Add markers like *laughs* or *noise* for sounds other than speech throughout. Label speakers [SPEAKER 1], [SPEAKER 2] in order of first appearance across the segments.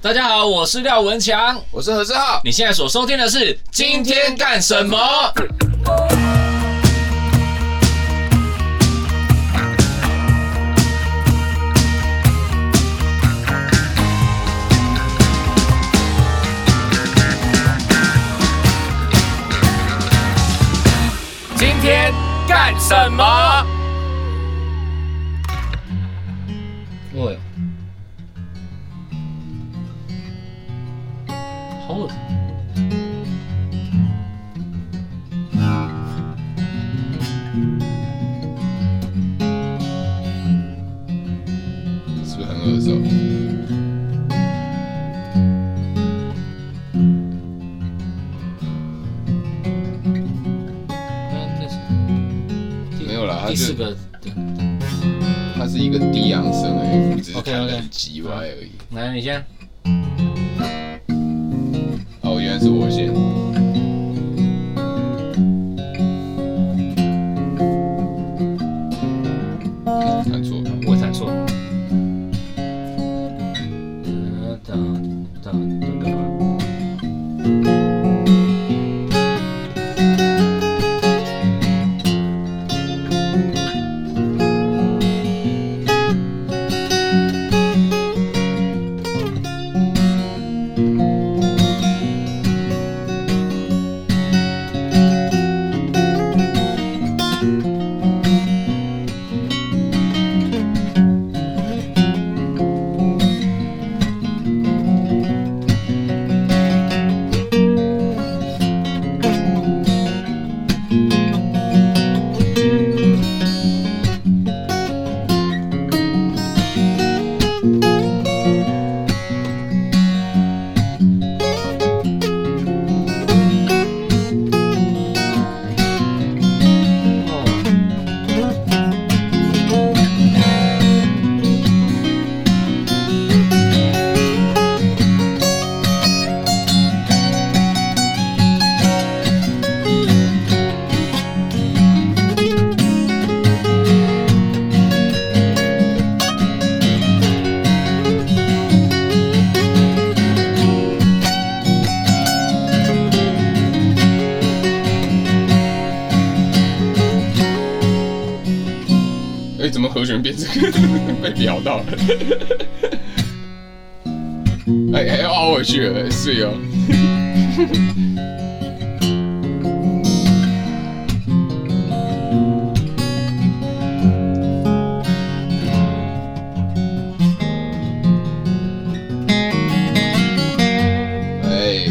[SPEAKER 1] 大家好，我是廖文强。
[SPEAKER 2] 我是何志浩。
[SPEAKER 1] 你现在所收听的是《今天干什么》。
[SPEAKER 2] 今天干什么？
[SPEAKER 1] 喂，好恶心！
[SPEAKER 2] 是不是很耳熟？没有啦他
[SPEAKER 1] 第
[SPEAKER 2] 就
[SPEAKER 1] 四个，对
[SPEAKER 2] 它是一个低扬声而已，只是
[SPEAKER 1] OK，OK
[SPEAKER 2] 看得很鸡歪而已。
[SPEAKER 1] 来，你先。
[SPEAKER 2] 哦，原来是我先。看错了，
[SPEAKER 1] 我才错。
[SPEAKER 2] 哎，怎么和弦变这个？被秒到了。哎哎，凹回去了，是哦。哎，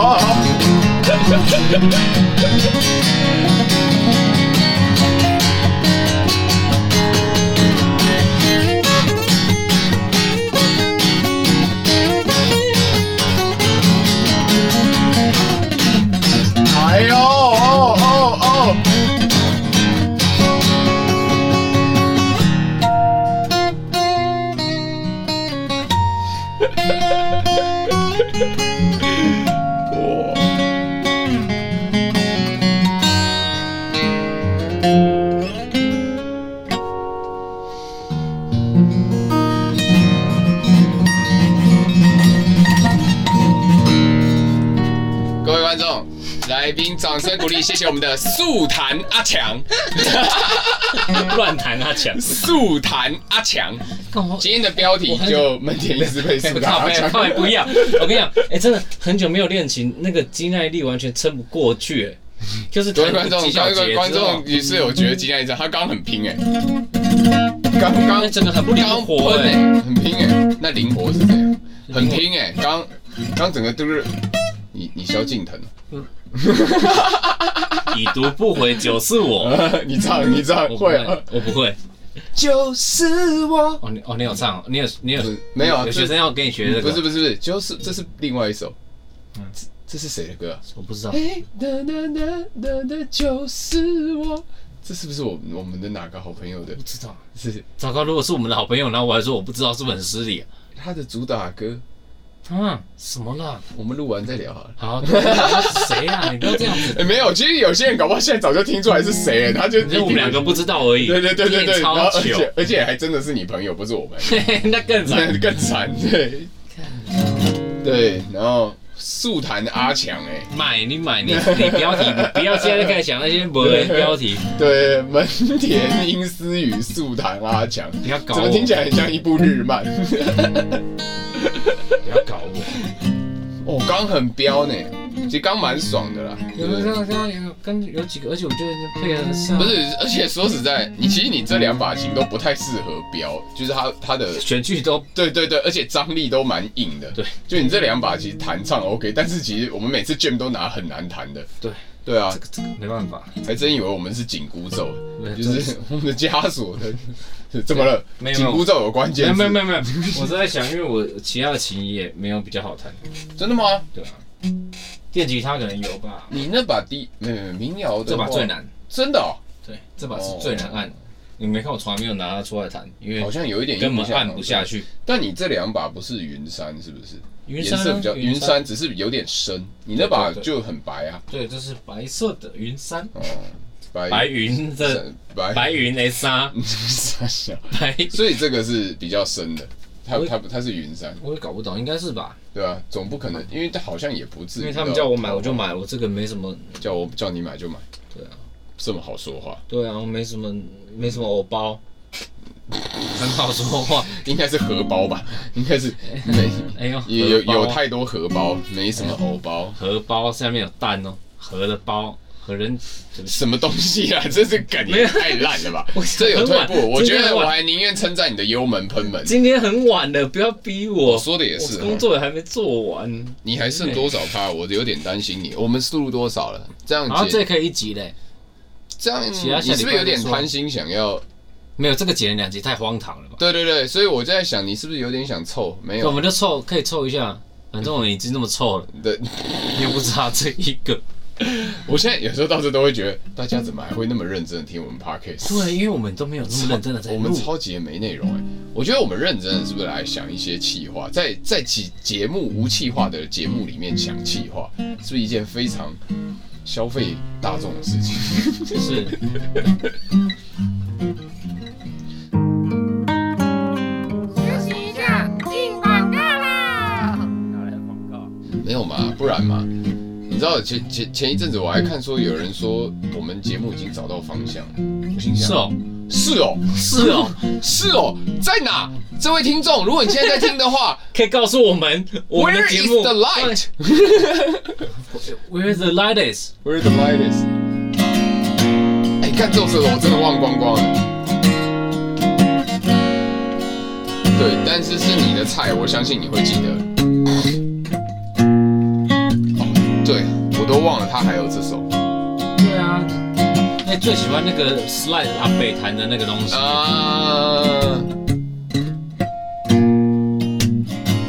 [SPEAKER 2] 哇！
[SPEAKER 3] 啊！
[SPEAKER 2] 来宾，掌声鼓励，谢谢我们的速弹阿强，
[SPEAKER 1] 乱弹啊抢，
[SPEAKER 2] 速弹阿强。
[SPEAKER 1] 干嘛？
[SPEAKER 2] 今天的标题就门田一直被
[SPEAKER 1] 哎
[SPEAKER 2] 速
[SPEAKER 1] 不
[SPEAKER 2] *laughs* 弹
[SPEAKER 1] 靠
[SPEAKER 2] 阿
[SPEAKER 1] 背，靠背
[SPEAKER 2] 强。
[SPEAKER 1] 不一样。我跟你讲，哎、真的很久没有练琴，那个肌耐力完全撑不过去、哎就是
[SPEAKER 2] 各位
[SPEAKER 1] 弹
[SPEAKER 2] 观众，
[SPEAKER 1] 几
[SPEAKER 2] 各
[SPEAKER 1] 小节
[SPEAKER 2] 位
[SPEAKER 1] 之
[SPEAKER 2] 观
[SPEAKER 1] 后
[SPEAKER 2] 众，也是有觉得今天一张，他刚刚很拼哎，刚刚
[SPEAKER 1] 那整个很不灵
[SPEAKER 2] 刚
[SPEAKER 1] 活、
[SPEAKER 2] 喷
[SPEAKER 1] 哎
[SPEAKER 2] 哎，很拼哎，那灵活是怎样？很拼哎，刚刚整个都是你你萧敬腾，
[SPEAKER 1] 已读不回就是我，
[SPEAKER 2] *laughs* 你唱你唱
[SPEAKER 1] 我不
[SPEAKER 2] 会啊
[SPEAKER 1] 会，，我不会。
[SPEAKER 2] 就是我，
[SPEAKER 1] 哦，你哦，你有唱哦，你有你有
[SPEAKER 2] 不是没有
[SPEAKER 1] 有
[SPEAKER 2] 啊这
[SPEAKER 1] 学生要跟你学这个，
[SPEAKER 2] 不是不是不是，就是这是另外一首，这这是谁的歌啊？
[SPEAKER 1] 我不知道，
[SPEAKER 2] 哎，哒哒哒哒哒，就是我。这是不是我们我们的哪个好朋友的
[SPEAKER 1] 不？知道。
[SPEAKER 2] 是
[SPEAKER 1] 糟糕，如果是我们的好朋友，然后我还说我不知道，是不是很失礼啊？
[SPEAKER 2] 他的主打歌，
[SPEAKER 1] 嗯，什么啦？
[SPEAKER 2] 我们录完再聊好了。
[SPEAKER 1] 好，谁啊？你不要这样子，
[SPEAKER 2] 哎，没有，其实有些人搞不好现在早就听出来是谁了，他就
[SPEAKER 1] 只是我们两个不知道而已。
[SPEAKER 2] 对对对对对，
[SPEAKER 1] 你也
[SPEAKER 2] 然后
[SPEAKER 1] 超
[SPEAKER 2] 而
[SPEAKER 1] 糗，
[SPEAKER 2] 且而且还真的是你朋友，不是我们，
[SPEAKER 1] 那更惨。
[SPEAKER 2] 那更惨，对对，然后速弹阿强哎、
[SPEAKER 1] 买你买你你标题，你不要现在就开始想那些博人标题，
[SPEAKER 2] 对，门田英思与速弹阿强，
[SPEAKER 1] 不要搞
[SPEAKER 2] 怎么听
[SPEAKER 1] 我
[SPEAKER 2] 起，来很像一部日漫？
[SPEAKER 1] 不要搞我。
[SPEAKER 2] 哦，刚很飙呢，其实刚蛮爽的啦。
[SPEAKER 1] 有没有看到刚刚有跟有几个，而且我觉得配合得上。
[SPEAKER 2] 不是，而且说实在，你其实你这两把琴都不太适合飙，就是它它的
[SPEAKER 1] 选剧都
[SPEAKER 2] 对对对，而且张力都蛮硬的。
[SPEAKER 1] 对，
[SPEAKER 2] 就你这两把其实弹唱 OK，但是其实我们每次 jam 都拿很难弹的。
[SPEAKER 1] 对，
[SPEAKER 2] 对啊
[SPEAKER 1] 这，个这个没办法，
[SPEAKER 2] 还真以为我们是紧箍咒
[SPEAKER 1] 没有，
[SPEAKER 2] 就是 *laughs* 我们的枷锁的。 *laughs* 是怎么了？
[SPEAKER 1] 没有
[SPEAKER 2] 紧箍咒有关
[SPEAKER 1] 没
[SPEAKER 2] 键
[SPEAKER 1] 有
[SPEAKER 2] 字？
[SPEAKER 1] 没有没有没有，我是在想，因为我其他的琴也没有比较好弹，
[SPEAKER 2] 真的吗？
[SPEAKER 1] 对啊，电吉他可能有吧，
[SPEAKER 2] 你那把第没有没有民谣的
[SPEAKER 1] 这把
[SPEAKER 2] 话
[SPEAKER 1] 最，难，
[SPEAKER 2] 真的哦，
[SPEAKER 1] 对，这把是最难按的，你没看我从来没有拿它出来弹，因
[SPEAKER 2] 好
[SPEAKER 1] 为
[SPEAKER 2] 像有一点
[SPEAKER 1] 根本
[SPEAKER 2] 印象哦
[SPEAKER 1] 按不下。去。
[SPEAKER 2] 但你这两把不是云山是不是？
[SPEAKER 1] 云
[SPEAKER 2] 颜
[SPEAKER 1] 山
[SPEAKER 2] 色
[SPEAKER 1] 啊
[SPEAKER 2] 比较云，山，只是有点深。你那把
[SPEAKER 1] 对对对
[SPEAKER 2] 就很白啊，
[SPEAKER 1] 对，这是白色的云山，
[SPEAKER 2] 哦，白
[SPEAKER 1] 白云的
[SPEAKER 2] 山白嗯
[SPEAKER 1] 白云 S 沙，
[SPEAKER 2] 傻笑。
[SPEAKER 1] 白，
[SPEAKER 2] *laughs* 所以这个是比较深的，它
[SPEAKER 1] 我
[SPEAKER 2] 它不它是云山，
[SPEAKER 1] 我也搞不懂，应该是吧？
[SPEAKER 2] 对吧、总不可能，因为它好像也不至于
[SPEAKER 1] 因为
[SPEAKER 2] 到。
[SPEAKER 1] 他们叫我买，我就买，我这个没什么，
[SPEAKER 2] 叫我叫你买就买，
[SPEAKER 1] 对啊，
[SPEAKER 2] 这么好说话，
[SPEAKER 1] 对啊，我没什么，没什么偶包，很好说
[SPEAKER 2] *laughs*
[SPEAKER 1] 话，
[SPEAKER 2] 应该是荷包吧？应该是没
[SPEAKER 1] 哎呦，
[SPEAKER 2] 有有
[SPEAKER 1] 嗯荷包
[SPEAKER 2] 有太多荷包，没什么藕包，
[SPEAKER 1] 荷包下面有蛋哦，荷的包，荷
[SPEAKER 2] *laughs*
[SPEAKER 1] 人对不起
[SPEAKER 2] 什么东西
[SPEAKER 1] *laughs*
[SPEAKER 2] 啊？这是梗也太烂了吧
[SPEAKER 1] 我？
[SPEAKER 2] 这有退
[SPEAKER 1] 很
[SPEAKER 2] 步，
[SPEAKER 1] 晚
[SPEAKER 2] 我觉
[SPEAKER 1] 今天
[SPEAKER 2] 得
[SPEAKER 1] 晚
[SPEAKER 2] 我还宁愿称赞你的幽门喷门。
[SPEAKER 1] 今天很晚了，不要逼我，
[SPEAKER 2] 我说的也是
[SPEAKER 1] 我
[SPEAKER 2] 哦，
[SPEAKER 1] 工作也还没做完，
[SPEAKER 2] 你还剩多少趴？我有点担心你。我们速度多少了？这样
[SPEAKER 1] 然后这
[SPEAKER 2] 解
[SPEAKER 1] 可以一集嘞，
[SPEAKER 2] 这样，
[SPEAKER 1] 其他
[SPEAKER 2] 你
[SPEAKER 1] 下礼拜
[SPEAKER 2] 是不是有点
[SPEAKER 1] 再说
[SPEAKER 2] 贪心，想要
[SPEAKER 1] 没有这个剪两集太荒唐了吧？
[SPEAKER 2] 对对对，所以我就在想，你是不是有点想凑？没
[SPEAKER 1] 那我
[SPEAKER 2] 有，啊
[SPEAKER 1] 们就凑，可以凑一下，反正我们已经那么凑了，
[SPEAKER 2] 对， *laughs*
[SPEAKER 1] 你又不差这一个。
[SPEAKER 2] 我现在有时候到这都会觉得，大家怎么还会那么认真的听我们 podcast？
[SPEAKER 1] 对，啊因为我们都没有那么认真的在
[SPEAKER 2] 我
[SPEAKER 1] 录
[SPEAKER 2] 们，超级没内容哎、我觉得我们认真的是不是来想一些企划，在在其节目无企划的节目里面想企划，是不是一件非常消费大众的事情？
[SPEAKER 1] 是
[SPEAKER 3] 休息一下，进广告啦！
[SPEAKER 2] 没有嘛，不然嘛，你知道前前前一阵子我还看说有人说我们节目已经找到方向了，我心想
[SPEAKER 1] 是哦，
[SPEAKER 2] 是哦
[SPEAKER 1] 是哦，
[SPEAKER 2] *laughs* 是哦，在哪？这位听众，如果你现在在听的话。
[SPEAKER 1] 可以告诉我们我们
[SPEAKER 2] Where
[SPEAKER 1] 的节
[SPEAKER 2] is
[SPEAKER 1] 目
[SPEAKER 2] the light?
[SPEAKER 1] Where the light is？
[SPEAKER 2] *laughs* Where the light is? 哎、看这首歌我真的忘光光了。对，但是是你的菜，我相信你会记得。哦，对，我都忘了他还有这首
[SPEAKER 1] 对啊，哎，最喜欢那个 slide 阿北弹的那个东西，
[SPEAKER 2] 啊。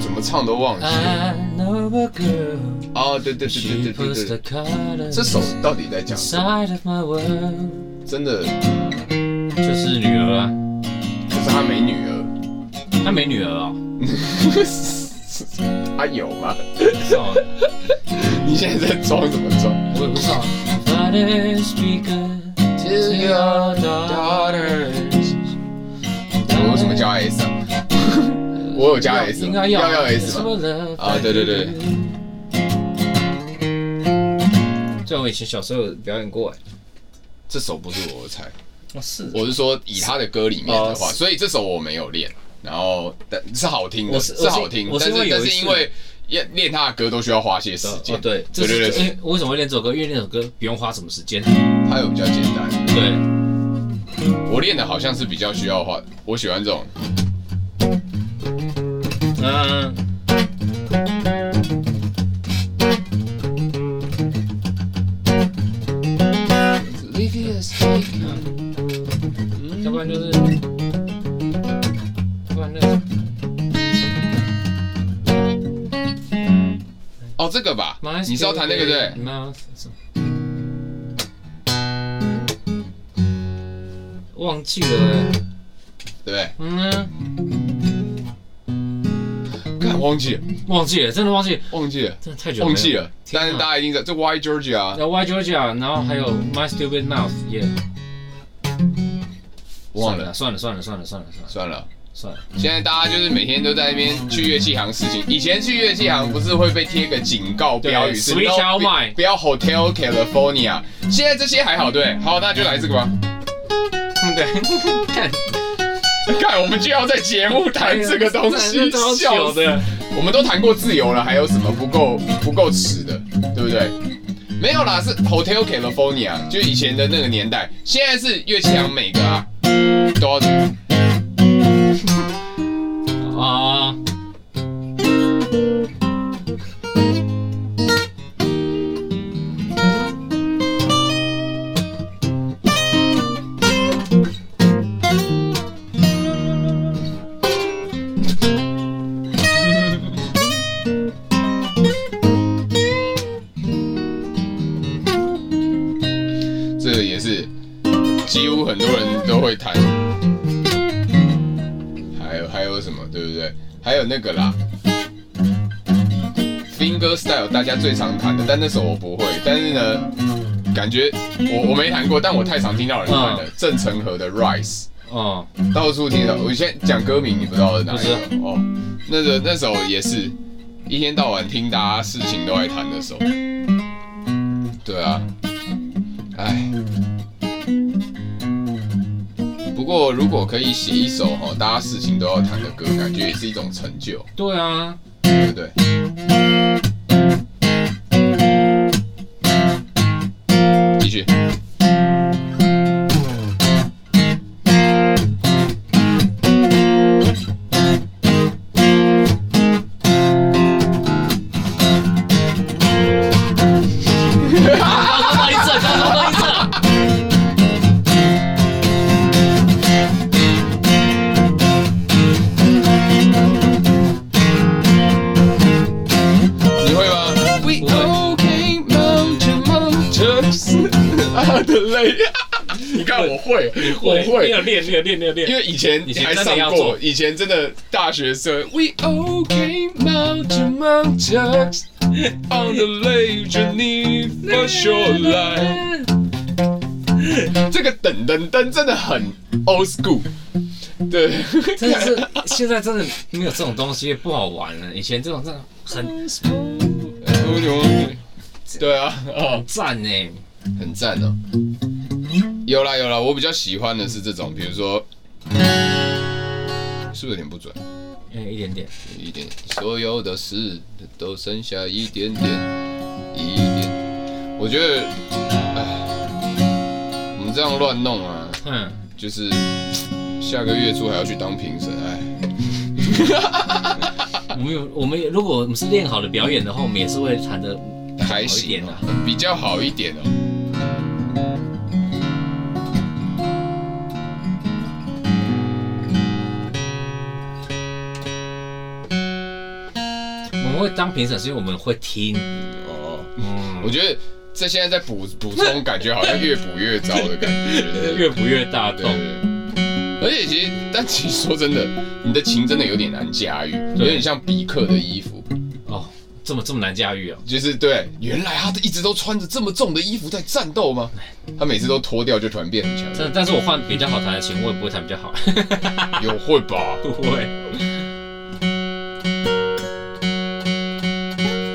[SPEAKER 2] 怎么唱都忘了
[SPEAKER 1] I know a girl,
[SPEAKER 2] 哦，对对对
[SPEAKER 1] she
[SPEAKER 2] 对对
[SPEAKER 1] puts
[SPEAKER 2] 对
[SPEAKER 1] the
[SPEAKER 2] 对，
[SPEAKER 1] colors
[SPEAKER 2] 这首到底在讲什么？
[SPEAKER 1] inside of my world，
[SPEAKER 2] 真的，
[SPEAKER 1] 就是女儿啊，
[SPEAKER 2] 可是他没女儿。 *laughs*
[SPEAKER 1] 她没女儿哦，
[SPEAKER 2] 他啊有吗？
[SPEAKER 1] 是哦
[SPEAKER 2] 你现在在装什么装
[SPEAKER 1] 我也不知道。Father's speaker
[SPEAKER 2] ？To
[SPEAKER 1] your daughters
[SPEAKER 2] 我为什么加 S 啊？ *laughs* 我有加 S，
[SPEAKER 1] 应
[SPEAKER 2] 吗
[SPEAKER 1] 该
[SPEAKER 2] 要
[SPEAKER 1] 要
[SPEAKER 2] 要 S 吗？
[SPEAKER 1] 吗
[SPEAKER 2] 啊对对对，
[SPEAKER 1] 对我以前小时候有表演过哎、
[SPEAKER 2] 这首不是我的菜，
[SPEAKER 1] 哦是
[SPEAKER 2] 我是说以他的歌里面的话，
[SPEAKER 1] 哦是
[SPEAKER 2] 所以这首我没有练，然后但是好听的，
[SPEAKER 1] 我
[SPEAKER 2] 是
[SPEAKER 1] 是我是
[SPEAKER 2] 好听，
[SPEAKER 1] 我
[SPEAKER 2] 但
[SPEAKER 1] 是因为
[SPEAKER 2] 是但
[SPEAKER 1] 有一
[SPEAKER 2] 是
[SPEAKER 1] 次
[SPEAKER 2] 因为要练他的歌都需要花些时间、
[SPEAKER 1] 哦对，这
[SPEAKER 2] 对对
[SPEAKER 1] 是因
[SPEAKER 2] 对，
[SPEAKER 1] 为为什么会练这首歌？因为那首歌不用花什么时间，
[SPEAKER 2] 他有比较简单，
[SPEAKER 1] 对，
[SPEAKER 2] 我练的好像是比较需要花，我喜欢这种，
[SPEAKER 1] 嗯，要不然就是，不然那个
[SPEAKER 2] 哦这个吧，你是要弹那个对不对？
[SPEAKER 1] 吗？忘记了欸、
[SPEAKER 2] 对不对？
[SPEAKER 1] 嗯，
[SPEAKER 2] 看忘记了，
[SPEAKER 1] 忘记了，真的忘记了，
[SPEAKER 2] 忘记了，
[SPEAKER 1] 真的太久没有
[SPEAKER 2] 忘记了，
[SPEAKER 1] 天啊
[SPEAKER 2] 但是大家一定在这 Why Georgia 啊
[SPEAKER 1] 然，后 Why Georgia，然后还有 My Stupid Mouth，耶、
[SPEAKER 2] 忘
[SPEAKER 1] 算
[SPEAKER 2] 了
[SPEAKER 1] 了，算了，算了，算了，算了，算了，
[SPEAKER 2] 算了。
[SPEAKER 1] 算了，
[SPEAKER 2] 现在大家就是每天都在那边去乐器行试听，以前去乐器行不是会被贴个警告标语，
[SPEAKER 1] 对
[SPEAKER 2] 是
[SPEAKER 1] Switch
[SPEAKER 2] no-
[SPEAKER 1] out
[SPEAKER 2] 不
[SPEAKER 1] mine
[SPEAKER 2] 不要 Hotel California。现在这些还好，对，好，那就来这个吧。 *laughs*
[SPEAKER 1] 嗯，对，看
[SPEAKER 2] 看，我们就要在节目谈这个东西，
[SPEAKER 1] 超
[SPEAKER 2] 笑
[SPEAKER 1] 久
[SPEAKER 2] 死！
[SPEAKER 1] 的，
[SPEAKER 2] 我们都谈过自由了，还有什么不够不够耻的，对不对？没有啦，是 Hotel California，就以前的那个年代。现在是乐器行每个啊都要
[SPEAKER 1] 啊、
[SPEAKER 2] 这个也是几乎很多人都会弹。还有还有什么，对不对？还有那个啦，finger style 大家最常弹的，但那首我不会。但是呢，感觉我我没弹过，但我太常听到有人弹了。郑成和的 Rise。
[SPEAKER 1] 哦，
[SPEAKER 2] 到处听到。我先讲歌名，你不知道是哪一个
[SPEAKER 1] 不
[SPEAKER 2] 哦？那个那首也是一天到晚听大家事情都在谈的首。对啊，哎。不过如果可以写一首哈，大家事情都要谈的歌，感觉也是一种成就，
[SPEAKER 1] 对啊，
[SPEAKER 2] 对不对？继续。
[SPEAKER 1] 到一阵，到一阵，
[SPEAKER 2] 你会吗？We
[SPEAKER 1] 不会
[SPEAKER 2] okay, mountain mountains *laughs* 啊的
[SPEAKER 1] *laughs*
[SPEAKER 2] 泪。你看我会，我
[SPEAKER 1] 你有
[SPEAKER 2] 会，
[SPEAKER 1] 练，你有练，你有练，
[SPEAKER 2] 因为以前
[SPEAKER 1] 以前
[SPEAKER 2] 还
[SPEAKER 1] 真的
[SPEAKER 2] 上
[SPEAKER 1] 要
[SPEAKER 2] 过
[SPEAKER 1] 做，
[SPEAKER 2] 以前真的大学生。We okay, mountain mountains on the lake, you need for shoreline。这个噔噔噔真的很 old school。对，
[SPEAKER 1] 真的是现在真的没有这种东西，不好玩了。以前这种真的很
[SPEAKER 2] *laughs* 对啊，哦。
[SPEAKER 1] 赞欸呢，
[SPEAKER 2] 很赞哦。有啦有啦，我比较喜欢的是这种，比如说，是不是有点不准？
[SPEAKER 1] 嗯，一点点，
[SPEAKER 2] 一点，所有的事都剩下一点点，一点。我觉得，唉，我们这样乱弄啊，
[SPEAKER 1] 嗯。
[SPEAKER 2] 就是下个月初还要去当评审，唉，
[SPEAKER 1] 我们有，我们也如果我们是练好的表演的话，我们也是会弹的
[SPEAKER 2] 还行、
[SPEAKER 1] 好一啊
[SPEAKER 2] 哦，比较好一点哦。
[SPEAKER 1] 我们会当评审，是因为我们会听。
[SPEAKER 2] 哦，
[SPEAKER 1] 嗯，
[SPEAKER 2] 我觉得这现在在补补充，感觉好像越补越糟的感觉。对
[SPEAKER 1] 越补越大
[SPEAKER 2] 对
[SPEAKER 1] 动。
[SPEAKER 2] 对。而且其实，但其实说真的，你的琴真的有点难驾驭，有
[SPEAKER 1] 对
[SPEAKER 2] 点像比克的衣服，
[SPEAKER 1] 哦，这么这么难驾驭哦。
[SPEAKER 2] 就是对，原来他一直都穿着这么重的衣服在战斗吗？
[SPEAKER 1] 哎
[SPEAKER 2] 他每次都脱掉就突然变
[SPEAKER 1] *laughs*
[SPEAKER 2] 很强，
[SPEAKER 1] 但但是我换比较好弹的琴，我也不会弹比较好，
[SPEAKER 2] 有会吧？
[SPEAKER 1] *laughs* 不会。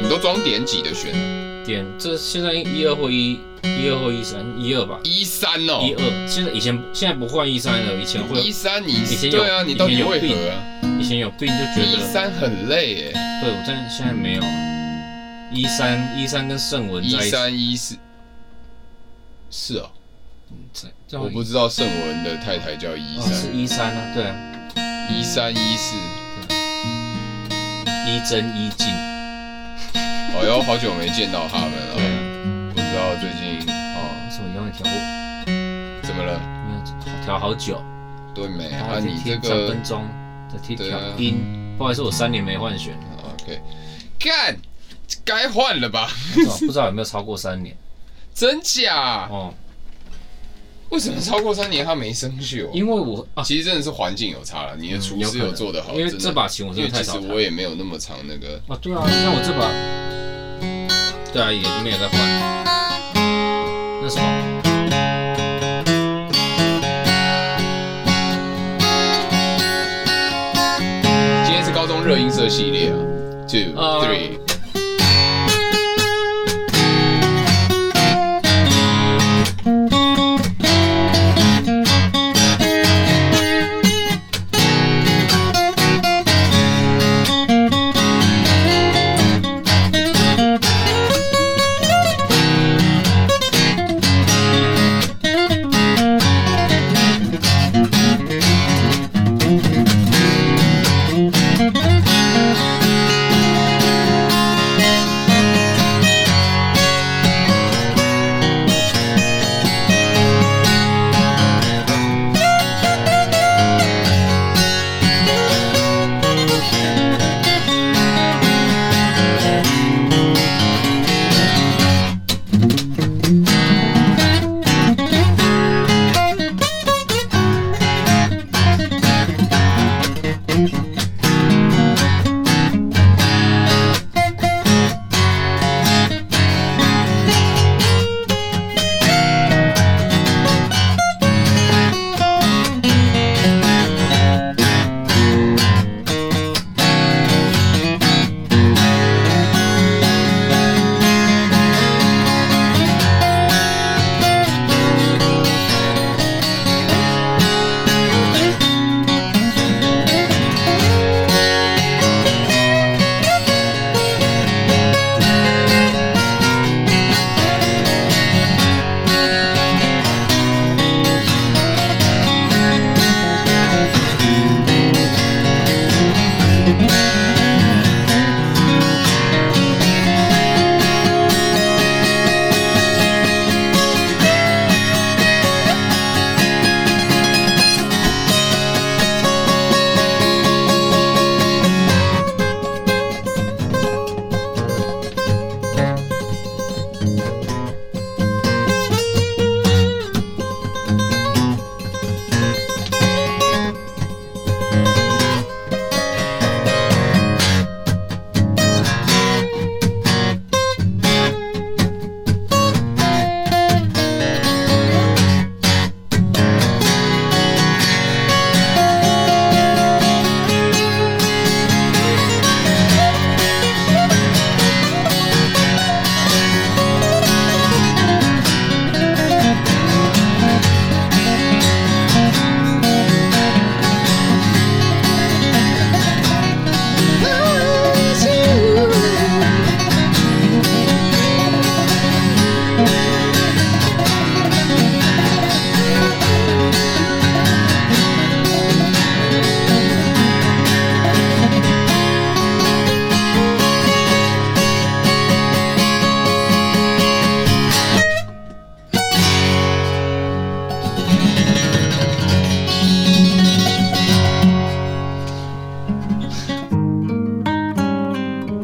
[SPEAKER 2] 你都装点几的弦？
[SPEAKER 1] 点，这现在一二或一，一二或一三，一二吧，
[SPEAKER 2] 一三哦，
[SPEAKER 1] 一二。现在以前现在不换一三了，以前会，
[SPEAKER 2] 一三你
[SPEAKER 1] 以前有
[SPEAKER 2] 对啊，你到
[SPEAKER 1] 以
[SPEAKER 2] 底
[SPEAKER 1] 前有
[SPEAKER 2] 为
[SPEAKER 1] 病
[SPEAKER 2] 何啊？
[SPEAKER 1] 以前有病就觉
[SPEAKER 2] 一
[SPEAKER 1] 得，
[SPEAKER 2] 三很累哎，
[SPEAKER 1] 对我但现在没有。一三一三跟圣文
[SPEAKER 2] 一
[SPEAKER 1] 在一起，
[SPEAKER 2] 三一四是哦，
[SPEAKER 1] 在在
[SPEAKER 2] 我不知道圣文的太太叫一
[SPEAKER 1] 哦
[SPEAKER 2] 三
[SPEAKER 1] 是一三啊，对啊，
[SPEAKER 2] 一三一四，
[SPEAKER 1] 一真一进，
[SPEAKER 2] 哎呦，好久没见到他们
[SPEAKER 1] 对
[SPEAKER 2] 了，
[SPEAKER 1] 啊，
[SPEAKER 2] 不知道最近哦
[SPEAKER 1] 为什么永远调我？
[SPEAKER 2] 怎么了？
[SPEAKER 1] 因为哦调好久，
[SPEAKER 2] 对没
[SPEAKER 1] 然
[SPEAKER 2] 啊？
[SPEAKER 1] 后
[SPEAKER 2] 你这
[SPEAKER 1] 贴三
[SPEAKER 2] 个
[SPEAKER 1] 分钟再贴
[SPEAKER 2] 对
[SPEAKER 1] 调
[SPEAKER 2] 啊
[SPEAKER 1] 音，不好意思，我三年没换弦，
[SPEAKER 2] *laughs* 哦 OK，干，该换了吧？ *laughs*
[SPEAKER 1] 不知道不知道有没有超过三年
[SPEAKER 2] 真假？
[SPEAKER 1] 哦，
[SPEAKER 2] 为什么超过三年他没生锈？
[SPEAKER 1] 因为嗯我啊，
[SPEAKER 2] 其实真的是环境有差了，你的厨师有做得好，
[SPEAKER 1] 因为
[SPEAKER 2] 真的
[SPEAKER 1] 这把琴我
[SPEAKER 2] 因
[SPEAKER 1] 真
[SPEAKER 2] 为
[SPEAKER 1] 的太
[SPEAKER 2] 其
[SPEAKER 1] 少
[SPEAKER 2] 实
[SPEAKER 1] 弹
[SPEAKER 2] 我也没有那么长那个，
[SPEAKER 1] 啊，对啊，像我这把，对啊，也没有在换。那什么？
[SPEAKER 2] 今天是高中热音社系列啊，two
[SPEAKER 1] 呃
[SPEAKER 2] three，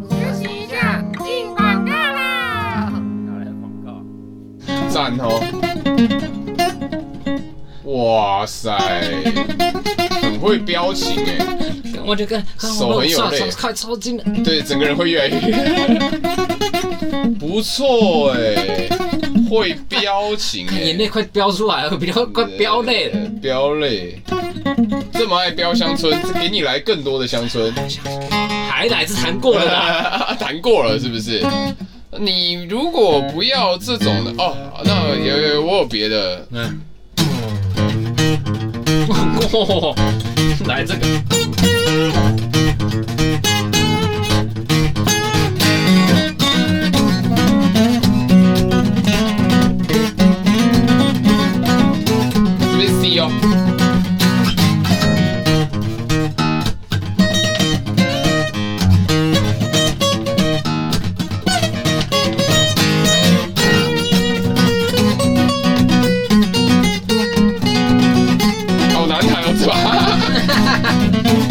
[SPEAKER 3] 休息一下，进广告啦！
[SPEAKER 1] 拿来广告。
[SPEAKER 2] 赞哦！哇塞，很会标情哎，
[SPEAKER 1] 我就看，看
[SPEAKER 2] 手很有
[SPEAKER 1] 上
[SPEAKER 2] 力
[SPEAKER 1] 上看超近的，
[SPEAKER 2] 对，整个人会越
[SPEAKER 1] *laughs*
[SPEAKER 2] 来越不错哎，会标情哎，
[SPEAKER 1] 看眼泪快飙出来了，比较快飙泪了。，
[SPEAKER 2] 飙泪，这么爱飙乡村，给你来更多的乡村。 *laughs*
[SPEAKER 1] 还来是谈过了啦，
[SPEAKER 2] 谈过了是不是？你如果不要这种的哦，那有有有我有别的，
[SPEAKER 1] 嗯，哦，来这个，
[SPEAKER 2] 这边 C 哦。好难弹哦，是吧？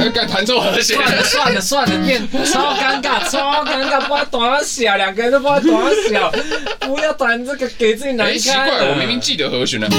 [SPEAKER 2] 哎，敢弹奏和弦？
[SPEAKER 1] 算了算了算了，变超尴尬，超尴尬，不知道短小，两个人都不知道短小，不要谈这个，给自己难
[SPEAKER 2] 哎，
[SPEAKER 1] 堪。啊
[SPEAKER 2] 奇怪，我明明记得和弦呢。啊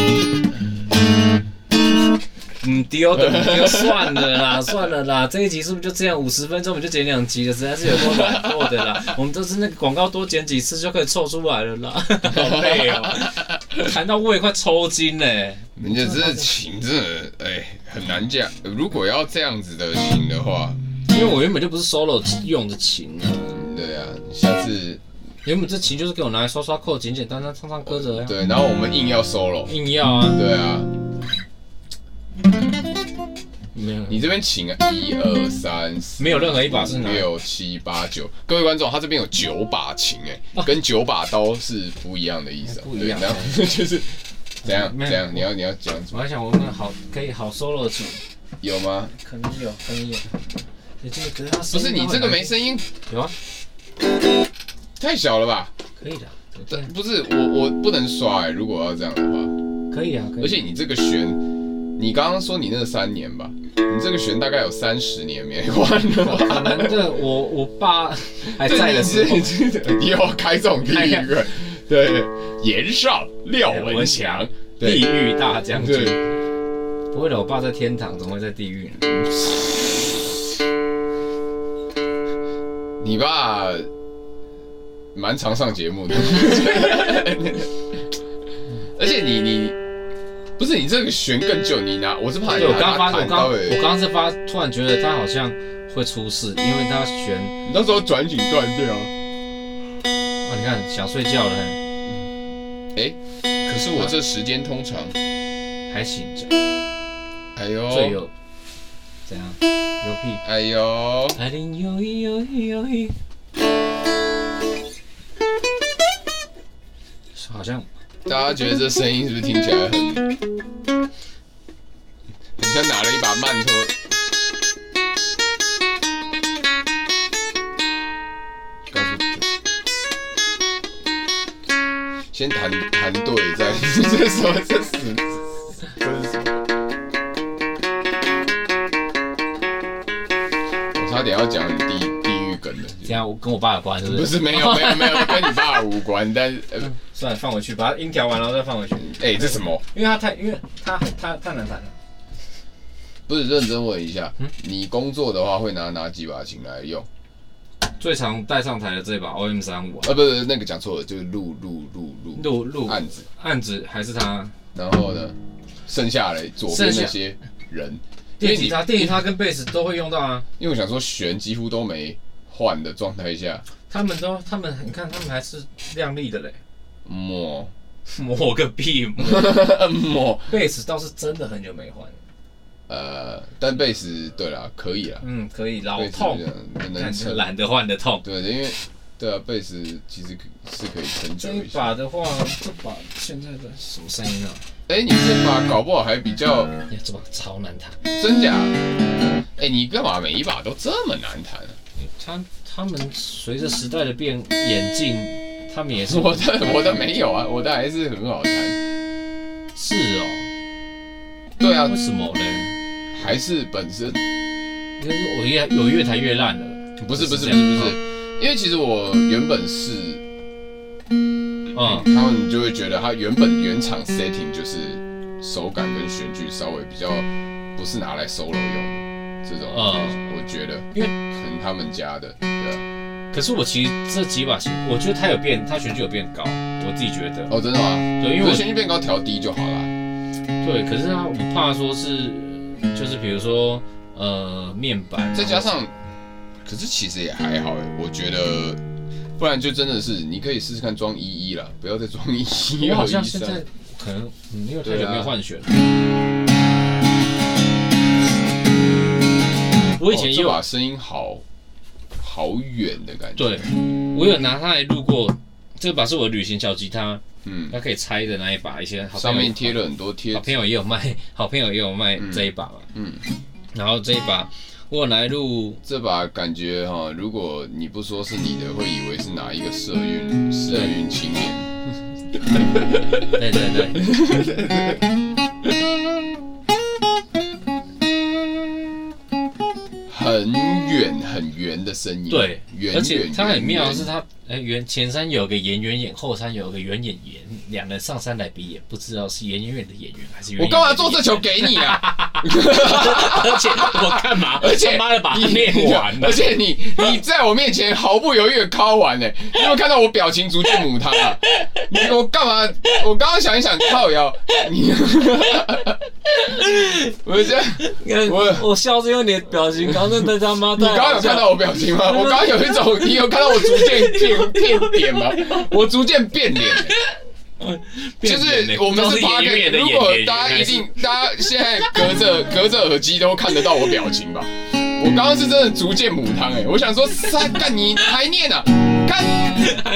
[SPEAKER 1] 嗯丢的，嗯丢算了啦，算了啦，这一集是不是就这样？五十分钟我们就剪两集了，实在是有够难过的 *laughs* 啦。我们都是那个广告多剪几次就可以凑出来了啦，好累哦， *laughs* 谈到胃快抽筋嘞、
[SPEAKER 2] *laughs* 人家这琴真的哎很难讲，如果要这样子的琴的话，
[SPEAKER 1] 因为我原本就不是 solo 用的琴啊，
[SPEAKER 2] 对啊，下次
[SPEAKER 1] 原本这琴就是给我拿来刷刷扣，简简单单唱唱歌的、啊，
[SPEAKER 2] 对，然后我们硬要 solo，
[SPEAKER 1] 硬要啊，
[SPEAKER 2] 对啊，嗯
[SPEAKER 1] 没有，
[SPEAKER 2] 你这边琴啊，一二三四
[SPEAKER 1] 没有任何一把是拿
[SPEAKER 2] 六七八九，各位观众，他这边有九把琴哎，跟九把刀是不一样的意思啊，
[SPEAKER 1] 啊哎不一样
[SPEAKER 2] 对然后 *laughs* 就是怎样
[SPEAKER 1] 没有
[SPEAKER 2] 怎样，你要你要讲什
[SPEAKER 1] 我
[SPEAKER 2] 么
[SPEAKER 1] 还想我们好可以好 solo 的琴，
[SPEAKER 2] 有吗？
[SPEAKER 1] 可能有，可能有。你这个可是它
[SPEAKER 2] 不
[SPEAKER 1] 声音
[SPEAKER 2] 是你这个没声音，
[SPEAKER 1] 有啊，
[SPEAKER 2] 太小了吧？
[SPEAKER 1] 可以的，
[SPEAKER 2] 这不是我我不能刷哎，如果要这样的话。
[SPEAKER 1] 可以啊，可以。
[SPEAKER 2] 而且你这个弦，你刚刚说你那三年吧，你这个弦大概有三十年没换了
[SPEAKER 1] 可
[SPEAKER 2] 吧？
[SPEAKER 1] 能这我我爸还在的时
[SPEAKER 2] *laughs*
[SPEAKER 1] 候哎
[SPEAKER 2] 你，是你是你又要开这种地狱了，对，严少廖文
[SPEAKER 1] 哎
[SPEAKER 2] 强，
[SPEAKER 1] 地
[SPEAKER 2] 对
[SPEAKER 1] 狱大将军。
[SPEAKER 2] 对，
[SPEAKER 1] 不会的，我爸在天堂，怎么会在地狱呢？
[SPEAKER 2] 你爸蛮常上
[SPEAKER 1] *laughs*
[SPEAKER 2] 节目的，而且你你不是你这个弦更久，你拿我是怕你
[SPEAKER 1] 对，我刚
[SPEAKER 2] 拿
[SPEAKER 1] 发，
[SPEAKER 2] 弹
[SPEAKER 1] 我刚
[SPEAKER 2] 哎刀欸
[SPEAKER 1] 我
[SPEAKER 2] 诶，
[SPEAKER 1] 刚刚是发，突然觉得他好像会出事，因为他悬
[SPEAKER 2] 你那时候转紧断掉。
[SPEAKER 1] 啊，你看想睡觉了，哎
[SPEAKER 2] 可是我这时间通常，
[SPEAKER 1] 还醒着，
[SPEAKER 2] 哎呦，
[SPEAKER 1] 最有怎样？牛屁！
[SPEAKER 2] 哎呦，
[SPEAKER 1] 哎林有一有一有一，好像
[SPEAKER 2] 大家觉得这声音是不是听起来很，很像拿了一把曼陀？告诉你先弹弹对，再这是什么？这是这是什么？我差点要讲很地地狱梗的，
[SPEAKER 1] 这样，我跟我爸有关是不是？
[SPEAKER 2] 不是没有没有没有跟你爸无关，但是呃
[SPEAKER 1] 算了，放回去，把它音调完，然后再放回去，
[SPEAKER 2] 哎、这什么？
[SPEAKER 1] 因为它太，因为它很它太难弹了。
[SPEAKER 2] 不是认真问一下，
[SPEAKER 1] 嗯
[SPEAKER 2] 你工作的话会拿哪几把琴来用？
[SPEAKER 1] 最常带上台的这把 OM 三五啊，
[SPEAKER 2] 啊，不是那个讲错了，就是录录录录
[SPEAKER 1] 录录
[SPEAKER 2] 案子。
[SPEAKER 1] 案子还是他
[SPEAKER 2] 然后呢，剩下来左边那些人，因
[SPEAKER 1] 电
[SPEAKER 2] 为
[SPEAKER 1] 吉
[SPEAKER 2] 你
[SPEAKER 1] 他，电吉他跟贝斯都会用到啊。
[SPEAKER 2] 因为我想说弦几乎都没换的状态下，
[SPEAKER 1] 他们都，他们你看，他们还是亮丽的嘞。 *laughs*
[SPEAKER 2] 摸
[SPEAKER 1] 磨个屁磨！
[SPEAKER 2] 摸
[SPEAKER 1] 贝斯倒是真的很久没换，
[SPEAKER 2] 呃，但贝斯对啦，可以啦，
[SPEAKER 1] 嗯，可以老
[SPEAKER 2] 贝斯
[SPEAKER 1] 痛
[SPEAKER 2] 这，样能
[SPEAKER 1] 但是
[SPEAKER 2] 撑，
[SPEAKER 1] 懒得换的痛。
[SPEAKER 2] 对的，因为对啊，贝斯其实是可以撑久
[SPEAKER 1] 这一
[SPEAKER 2] 一
[SPEAKER 1] 把
[SPEAKER 2] 下。
[SPEAKER 1] 的话，这把现在的什么声音啊？
[SPEAKER 2] 哎，你这把搞不好还比较
[SPEAKER 1] 哎呀，这把超难弹。
[SPEAKER 2] 真假？哎，你干嘛每一把都这么难弹啊？ *laughs*
[SPEAKER 1] 他他们随着时代的变演进，他们也是
[SPEAKER 2] 我的我的没有啊，我的还是很好弹。
[SPEAKER 1] 是哦，
[SPEAKER 2] 对啊
[SPEAKER 1] 为，什么嘞？
[SPEAKER 2] 还是本身
[SPEAKER 1] 因为我越我越弹越烂了。
[SPEAKER 2] 不是不是
[SPEAKER 1] 这
[SPEAKER 2] 不是
[SPEAKER 1] 样
[SPEAKER 2] 不是，因为其实我原本是，
[SPEAKER 1] 嗯，
[SPEAKER 2] 他们就会觉得它原本原厂 setting 就是手感跟弦距稍微比较不是拿来 solo 用的这种，
[SPEAKER 1] 嗯
[SPEAKER 2] 我觉得
[SPEAKER 1] 因为
[SPEAKER 2] 可能他们家的，对啊
[SPEAKER 1] 可是我其实这几把琴，我觉得它有变，它旋律有变高，
[SPEAKER 2] 对
[SPEAKER 1] 我自己觉得。
[SPEAKER 2] 哦，真的吗？
[SPEAKER 1] 对，因
[SPEAKER 2] 因
[SPEAKER 1] 为
[SPEAKER 2] 为
[SPEAKER 1] 我
[SPEAKER 2] 旋律变高调低就好了。
[SPEAKER 1] 对，可是啊，我怕说是，就是比如说呃面板，
[SPEAKER 2] 再加上，可是其实也还好哎，我觉得，不然就真的是你可以试试看装一一了，不要再装一一
[SPEAKER 1] 我
[SPEAKER 2] 二
[SPEAKER 1] 好
[SPEAKER 2] 一
[SPEAKER 1] 像现在
[SPEAKER 2] 三。
[SPEAKER 1] 可能嗯，因为太
[SPEAKER 2] 对
[SPEAKER 1] 久
[SPEAKER 2] 啊
[SPEAKER 1] 没有换血了。我以前也
[SPEAKER 2] 哦这
[SPEAKER 1] 有、
[SPEAKER 2] 把声音好好远的感觉。
[SPEAKER 1] 对，，我有拿它来录过，这把是我旅行小吉他，
[SPEAKER 2] 嗯，
[SPEAKER 1] 它可以拆的那一把，以前好朋友
[SPEAKER 2] 上面贴了很多贴
[SPEAKER 1] 好朋
[SPEAKER 2] 纸。
[SPEAKER 1] 友也有卖， *laughs* 好朋友也有卖这一把嘛，
[SPEAKER 2] 嗯，
[SPEAKER 1] 然后这一把我有拿来录，
[SPEAKER 2] 这把感觉哈，如果你不说是你的，会以为是哪一个社运社运青年。
[SPEAKER 1] 对对
[SPEAKER 2] *laughs*
[SPEAKER 1] 对，
[SPEAKER 2] 很远很圆的声音，
[SPEAKER 1] 对
[SPEAKER 2] 远远，
[SPEAKER 1] 而且它很妙的
[SPEAKER 2] 远
[SPEAKER 1] 是它，哎，原前山有个圆圆眼，后山有个圆眼眼，两人上山来比眼，不知道是圆圆眼的演员还是圆。
[SPEAKER 2] 我干嘛做这？球给你啊？
[SPEAKER 1] 而且我干嘛？
[SPEAKER 2] 而且
[SPEAKER 1] 他妈的把它
[SPEAKER 2] 你
[SPEAKER 1] 念完了
[SPEAKER 2] 而。且你你在我面前毫不犹豫的敲完呢、你有没有看到我表情逐渐母汤啊？你我干嘛？我刚刚想一想，靠腰，你， *laughs* 我这你我
[SPEAKER 1] 我我笑是因为你的表情，刚真的他妈的。
[SPEAKER 2] 刚刚有看到我表情吗？我刚刚有一种，你有看到我逐渐变变脸吗？我逐渐变脸、欸。就是我们是
[SPEAKER 1] 八
[SPEAKER 2] 八
[SPEAKER 1] 个
[SPEAKER 2] 个，
[SPEAKER 1] 人，
[SPEAKER 2] 如果大家一定，大家现在隔着隔着耳机都看得到我表情吧？我刚刚是真的逐渐母汤哎、我想说，三干你还念啊？看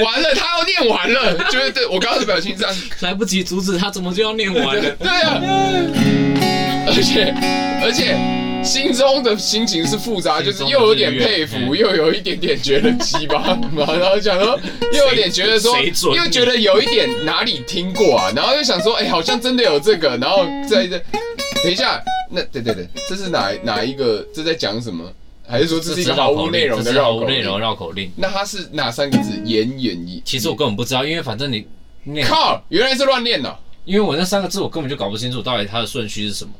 [SPEAKER 2] 完了，他要念完了，就是对我刚刚的表情是这样，
[SPEAKER 1] 来不及阻止他，怎么就要念完了？
[SPEAKER 2] 对啊，而且而且心中的心情是复杂，就是又有点佩
[SPEAKER 1] 心中
[SPEAKER 2] 服，
[SPEAKER 1] 的
[SPEAKER 2] 又有一点点觉得鸡巴， *laughs* 然后想说又有点觉得说
[SPEAKER 1] 谁准，你
[SPEAKER 2] 又觉得有一点哪里听过啊，然后又想说，哎，好像真的有这个，然后再再等一下，那对对对，这是哪哪一个？这在讲什么？还是说这是一个毫无内容的
[SPEAKER 1] 这是毫
[SPEAKER 2] 绕口
[SPEAKER 1] 无内
[SPEAKER 2] 令？
[SPEAKER 1] 容绕口令。
[SPEAKER 2] 那它是哪三个字？言演义。
[SPEAKER 1] 其实我根本不知道，因为反正你念，
[SPEAKER 2] 靠，原来是乱念哦的。
[SPEAKER 1] 因为我那三个字我根本就搞不清楚到底它的顺序是什么。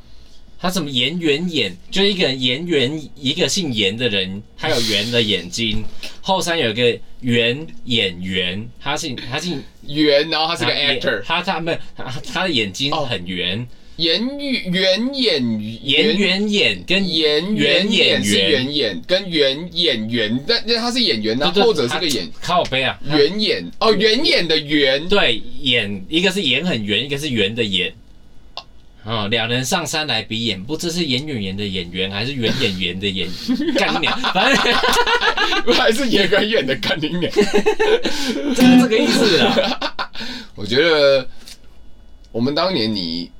[SPEAKER 1] 他什么颜圆眼，就是一个人颜圆，一个姓颜的人，他有圆的眼睛。后山有一个圆眼圆，他姓他姓
[SPEAKER 2] 圆，然后他是个
[SPEAKER 1] 他眼
[SPEAKER 2] actor，
[SPEAKER 1] 他他没有他他的眼睛
[SPEAKER 2] 哦
[SPEAKER 1] 很圆，
[SPEAKER 2] 言语圆演
[SPEAKER 1] 圆圆眼跟
[SPEAKER 2] 演
[SPEAKER 1] 圆
[SPEAKER 2] 员
[SPEAKER 1] 演
[SPEAKER 2] 演是
[SPEAKER 1] 员
[SPEAKER 2] 演演跟原演员，但但他是演员呐，
[SPEAKER 1] 对对
[SPEAKER 2] 或者是
[SPEAKER 1] 他
[SPEAKER 2] 个演
[SPEAKER 1] 靠背啊，
[SPEAKER 2] 原演哦，原演的原
[SPEAKER 1] 对眼一个是眼很圆，一个是圆的眼。哦，两人上山来比眼，不知是演演员的演员还是圆演员的演干你娘！反正
[SPEAKER 2] 还是演跟演的干你娘！
[SPEAKER 1] 这个这个意思啦。
[SPEAKER 2] 我觉得我们当年你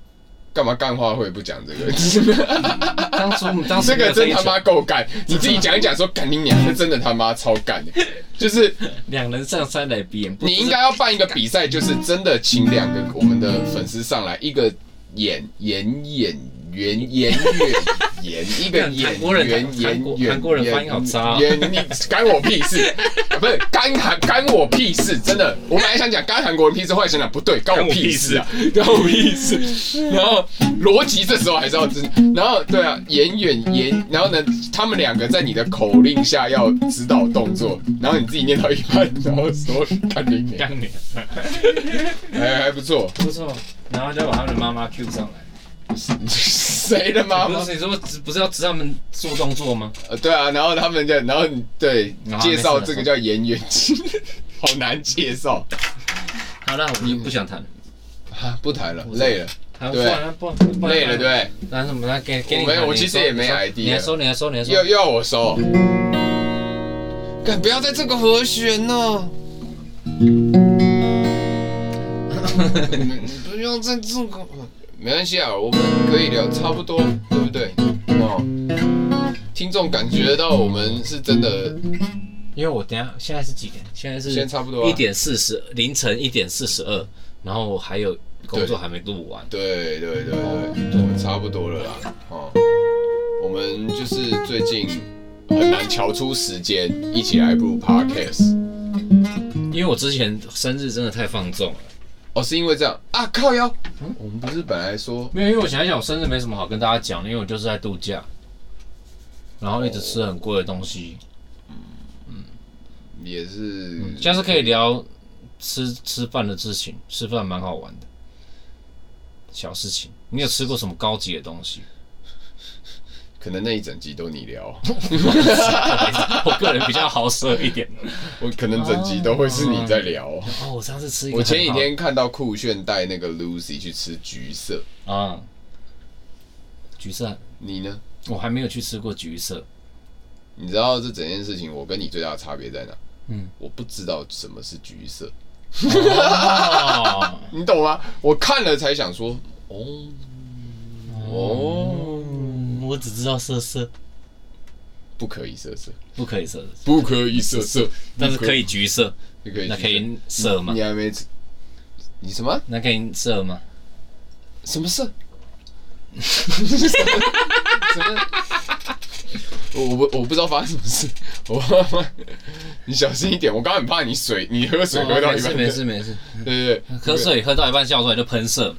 [SPEAKER 2] 干嘛干话会不讲这个？
[SPEAKER 1] 当初我们当时
[SPEAKER 2] 这
[SPEAKER 1] 没
[SPEAKER 2] 个
[SPEAKER 1] 有这
[SPEAKER 2] 真
[SPEAKER 1] 一
[SPEAKER 2] 他
[SPEAKER 1] 群
[SPEAKER 2] 妈够干！你自己讲一讲说干你娘，这真的他妈超干的，就是。
[SPEAKER 1] 两人上山来比眼，不知
[SPEAKER 2] 你应该要办一个比赛，就是真的请两个我们的粉丝上来，一个演演演员演员演，
[SPEAKER 1] *laughs*
[SPEAKER 2] 一个
[SPEAKER 1] 干
[SPEAKER 2] 演
[SPEAKER 1] 韩国人
[SPEAKER 2] 员
[SPEAKER 1] 韩
[SPEAKER 2] 演
[SPEAKER 1] 国
[SPEAKER 2] 员
[SPEAKER 1] 韩国人发音好渣哦
[SPEAKER 2] 演你干我屁
[SPEAKER 1] *laughs*
[SPEAKER 2] 事，啊不是干韩干我屁事，真的，我本来想讲干韩国人屁事，后来想想不对，干我屁事啊， *laughs* 干我屁事。然后逻辑这时候还是要知，然后对啊，演演演，然后呢，他们两个在你的口令下要指导动作，然后你自己念到一半，然后说干你娘。
[SPEAKER 1] 干你娘，
[SPEAKER 2] 还还不错。
[SPEAKER 1] 不错。然后就把他们的妈妈 Q 上来。
[SPEAKER 2] 谁的妈
[SPEAKER 1] 不
[SPEAKER 2] 妈？
[SPEAKER 1] 是你说不是要指他们做动作吗？
[SPEAKER 2] 呃对啊，然后他们就，然后你对
[SPEAKER 1] 啊
[SPEAKER 2] 介绍
[SPEAKER 1] 没事
[SPEAKER 2] 这个叫演员， *laughs* 好难介绍
[SPEAKER 1] 好了，我们不想谈。
[SPEAKER 2] 啊，不谈了，
[SPEAKER 1] 我
[SPEAKER 2] 累了，
[SPEAKER 1] 好，不
[SPEAKER 2] 对
[SPEAKER 1] 然不然不然
[SPEAKER 2] 累了，对，
[SPEAKER 1] 那什么？那给给你
[SPEAKER 2] 我没有
[SPEAKER 1] 谈
[SPEAKER 2] 我
[SPEAKER 1] 你
[SPEAKER 2] 其实
[SPEAKER 1] 说
[SPEAKER 2] 也
[SPEAKER 1] 你
[SPEAKER 2] 没
[SPEAKER 1] 说
[SPEAKER 2] idea
[SPEAKER 1] 你来说，你来说，你来说
[SPEAKER 2] 要。要我收，干不要在这个和弦 *laughs* 呢，不要在这个，没关系啊，我们可以聊差不多，对不对？哦，听众感觉到我们是真的，
[SPEAKER 1] 因为我等一下现在是几点？现在是
[SPEAKER 2] 现在差不多啊
[SPEAKER 1] 一点四十，凌晨一点四十二，然后我还有工作还没录完。
[SPEAKER 2] 对对对对，我们差不多了啦。哦，我们就是最近很难瞧出时间一起来录 podcast。
[SPEAKER 1] 因为我之前生日真的太放纵了，
[SPEAKER 2] 哦，是因为这样啊？靠腰，我们不是本来说
[SPEAKER 1] 没有，因为我想一想，我生日没什么好跟大家讲的，因为我就是在度假，然后一直吃很贵的东西。
[SPEAKER 2] 也是，
[SPEAKER 1] 嗯下次可以聊吃吃饭的事情，吃饭蛮好玩的，小事情。你有吃过什么高级的东
[SPEAKER 2] *laughs*
[SPEAKER 1] 西？
[SPEAKER 2] 可能那一整集都你聊， *laughs*
[SPEAKER 1] 我个人比较豪奢一点。
[SPEAKER 2] 我可能整集都会是你在聊。
[SPEAKER 1] 哦，我上次吃一个
[SPEAKER 2] 我
[SPEAKER 1] 很好，
[SPEAKER 2] 前几天看到酷炫带那个 Lucy 去吃橘色，
[SPEAKER 1] 啊，橘色，
[SPEAKER 2] 你呢？
[SPEAKER 1] 我还没有去吃过橘色。
[SPEAKER 2] 你知道这整件事情我跟你最大的差别在哪？
[SPEAKER 1] 嗯，
[SPEAKER 2] 我不知道什么是橘色，
[SPEAKER 1] 哦，
[SPEAKER 2] 你懂吗？我看了才想说，哦哦，
[SPEAKER 1] 嗯我只知道色色，
[SPEAKER 2] 不可以色色，
[SPEAKER 1] 不可以色色，
[SPEAKER 2] 不可以色色，
[SPEAKER 1] 但是
[SPEAKER 2] 不
[SPEAKER 1] 可以，橘色，嗯
[SPEAKER 2] 你可以，
[SPEAKER 1] 那可以色吗
[SPEAKER 2] 你？还没吃，你什么
[SPEAKER 1] 那可以色吗？
[SPEAKER 2] 什么色？什么？什么 *laughs* 我我不我不知道发生什么事，我 *laughs* 你小心一点，我刚刚很怕你水，你喝水喝到
[SPEAKER 1] 哦没
[SPEAKER 2] 一
[SPEAKER 1] 事
[SPEAKER 2] 半，
[SPEAKER 1] 没事没事，
[SPEAKER 2] 对对对，
[SPEAKER 1] 喝水喝到一半笑出来就喷射，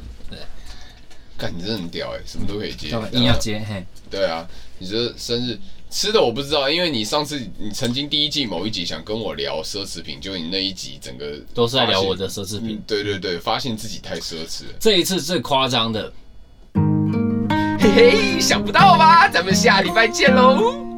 [SPEAKER 2] 干你真的很屌哎、什么都可以接，
[SPEAKER 1] 硬要接嘿。
[SPEAKER 2] 对啊，你这生日吃的我不知道，因为你上次你曾经第一季某一集想跟我聊奢侈品，就你那一集整个
[SPEAKER 1] 都啊是在聊
[SPEAKER 2] 发现
[SPEAKER 1] 我的奢侈品
[SPEAKER 2] 嗯对对对，发现自己太奢侈了。
[SPEAKER 1] 这一次最夸张的，
[SPEAKER 2] 嘿嘿，想不到吧？咱们下礼拜见喽。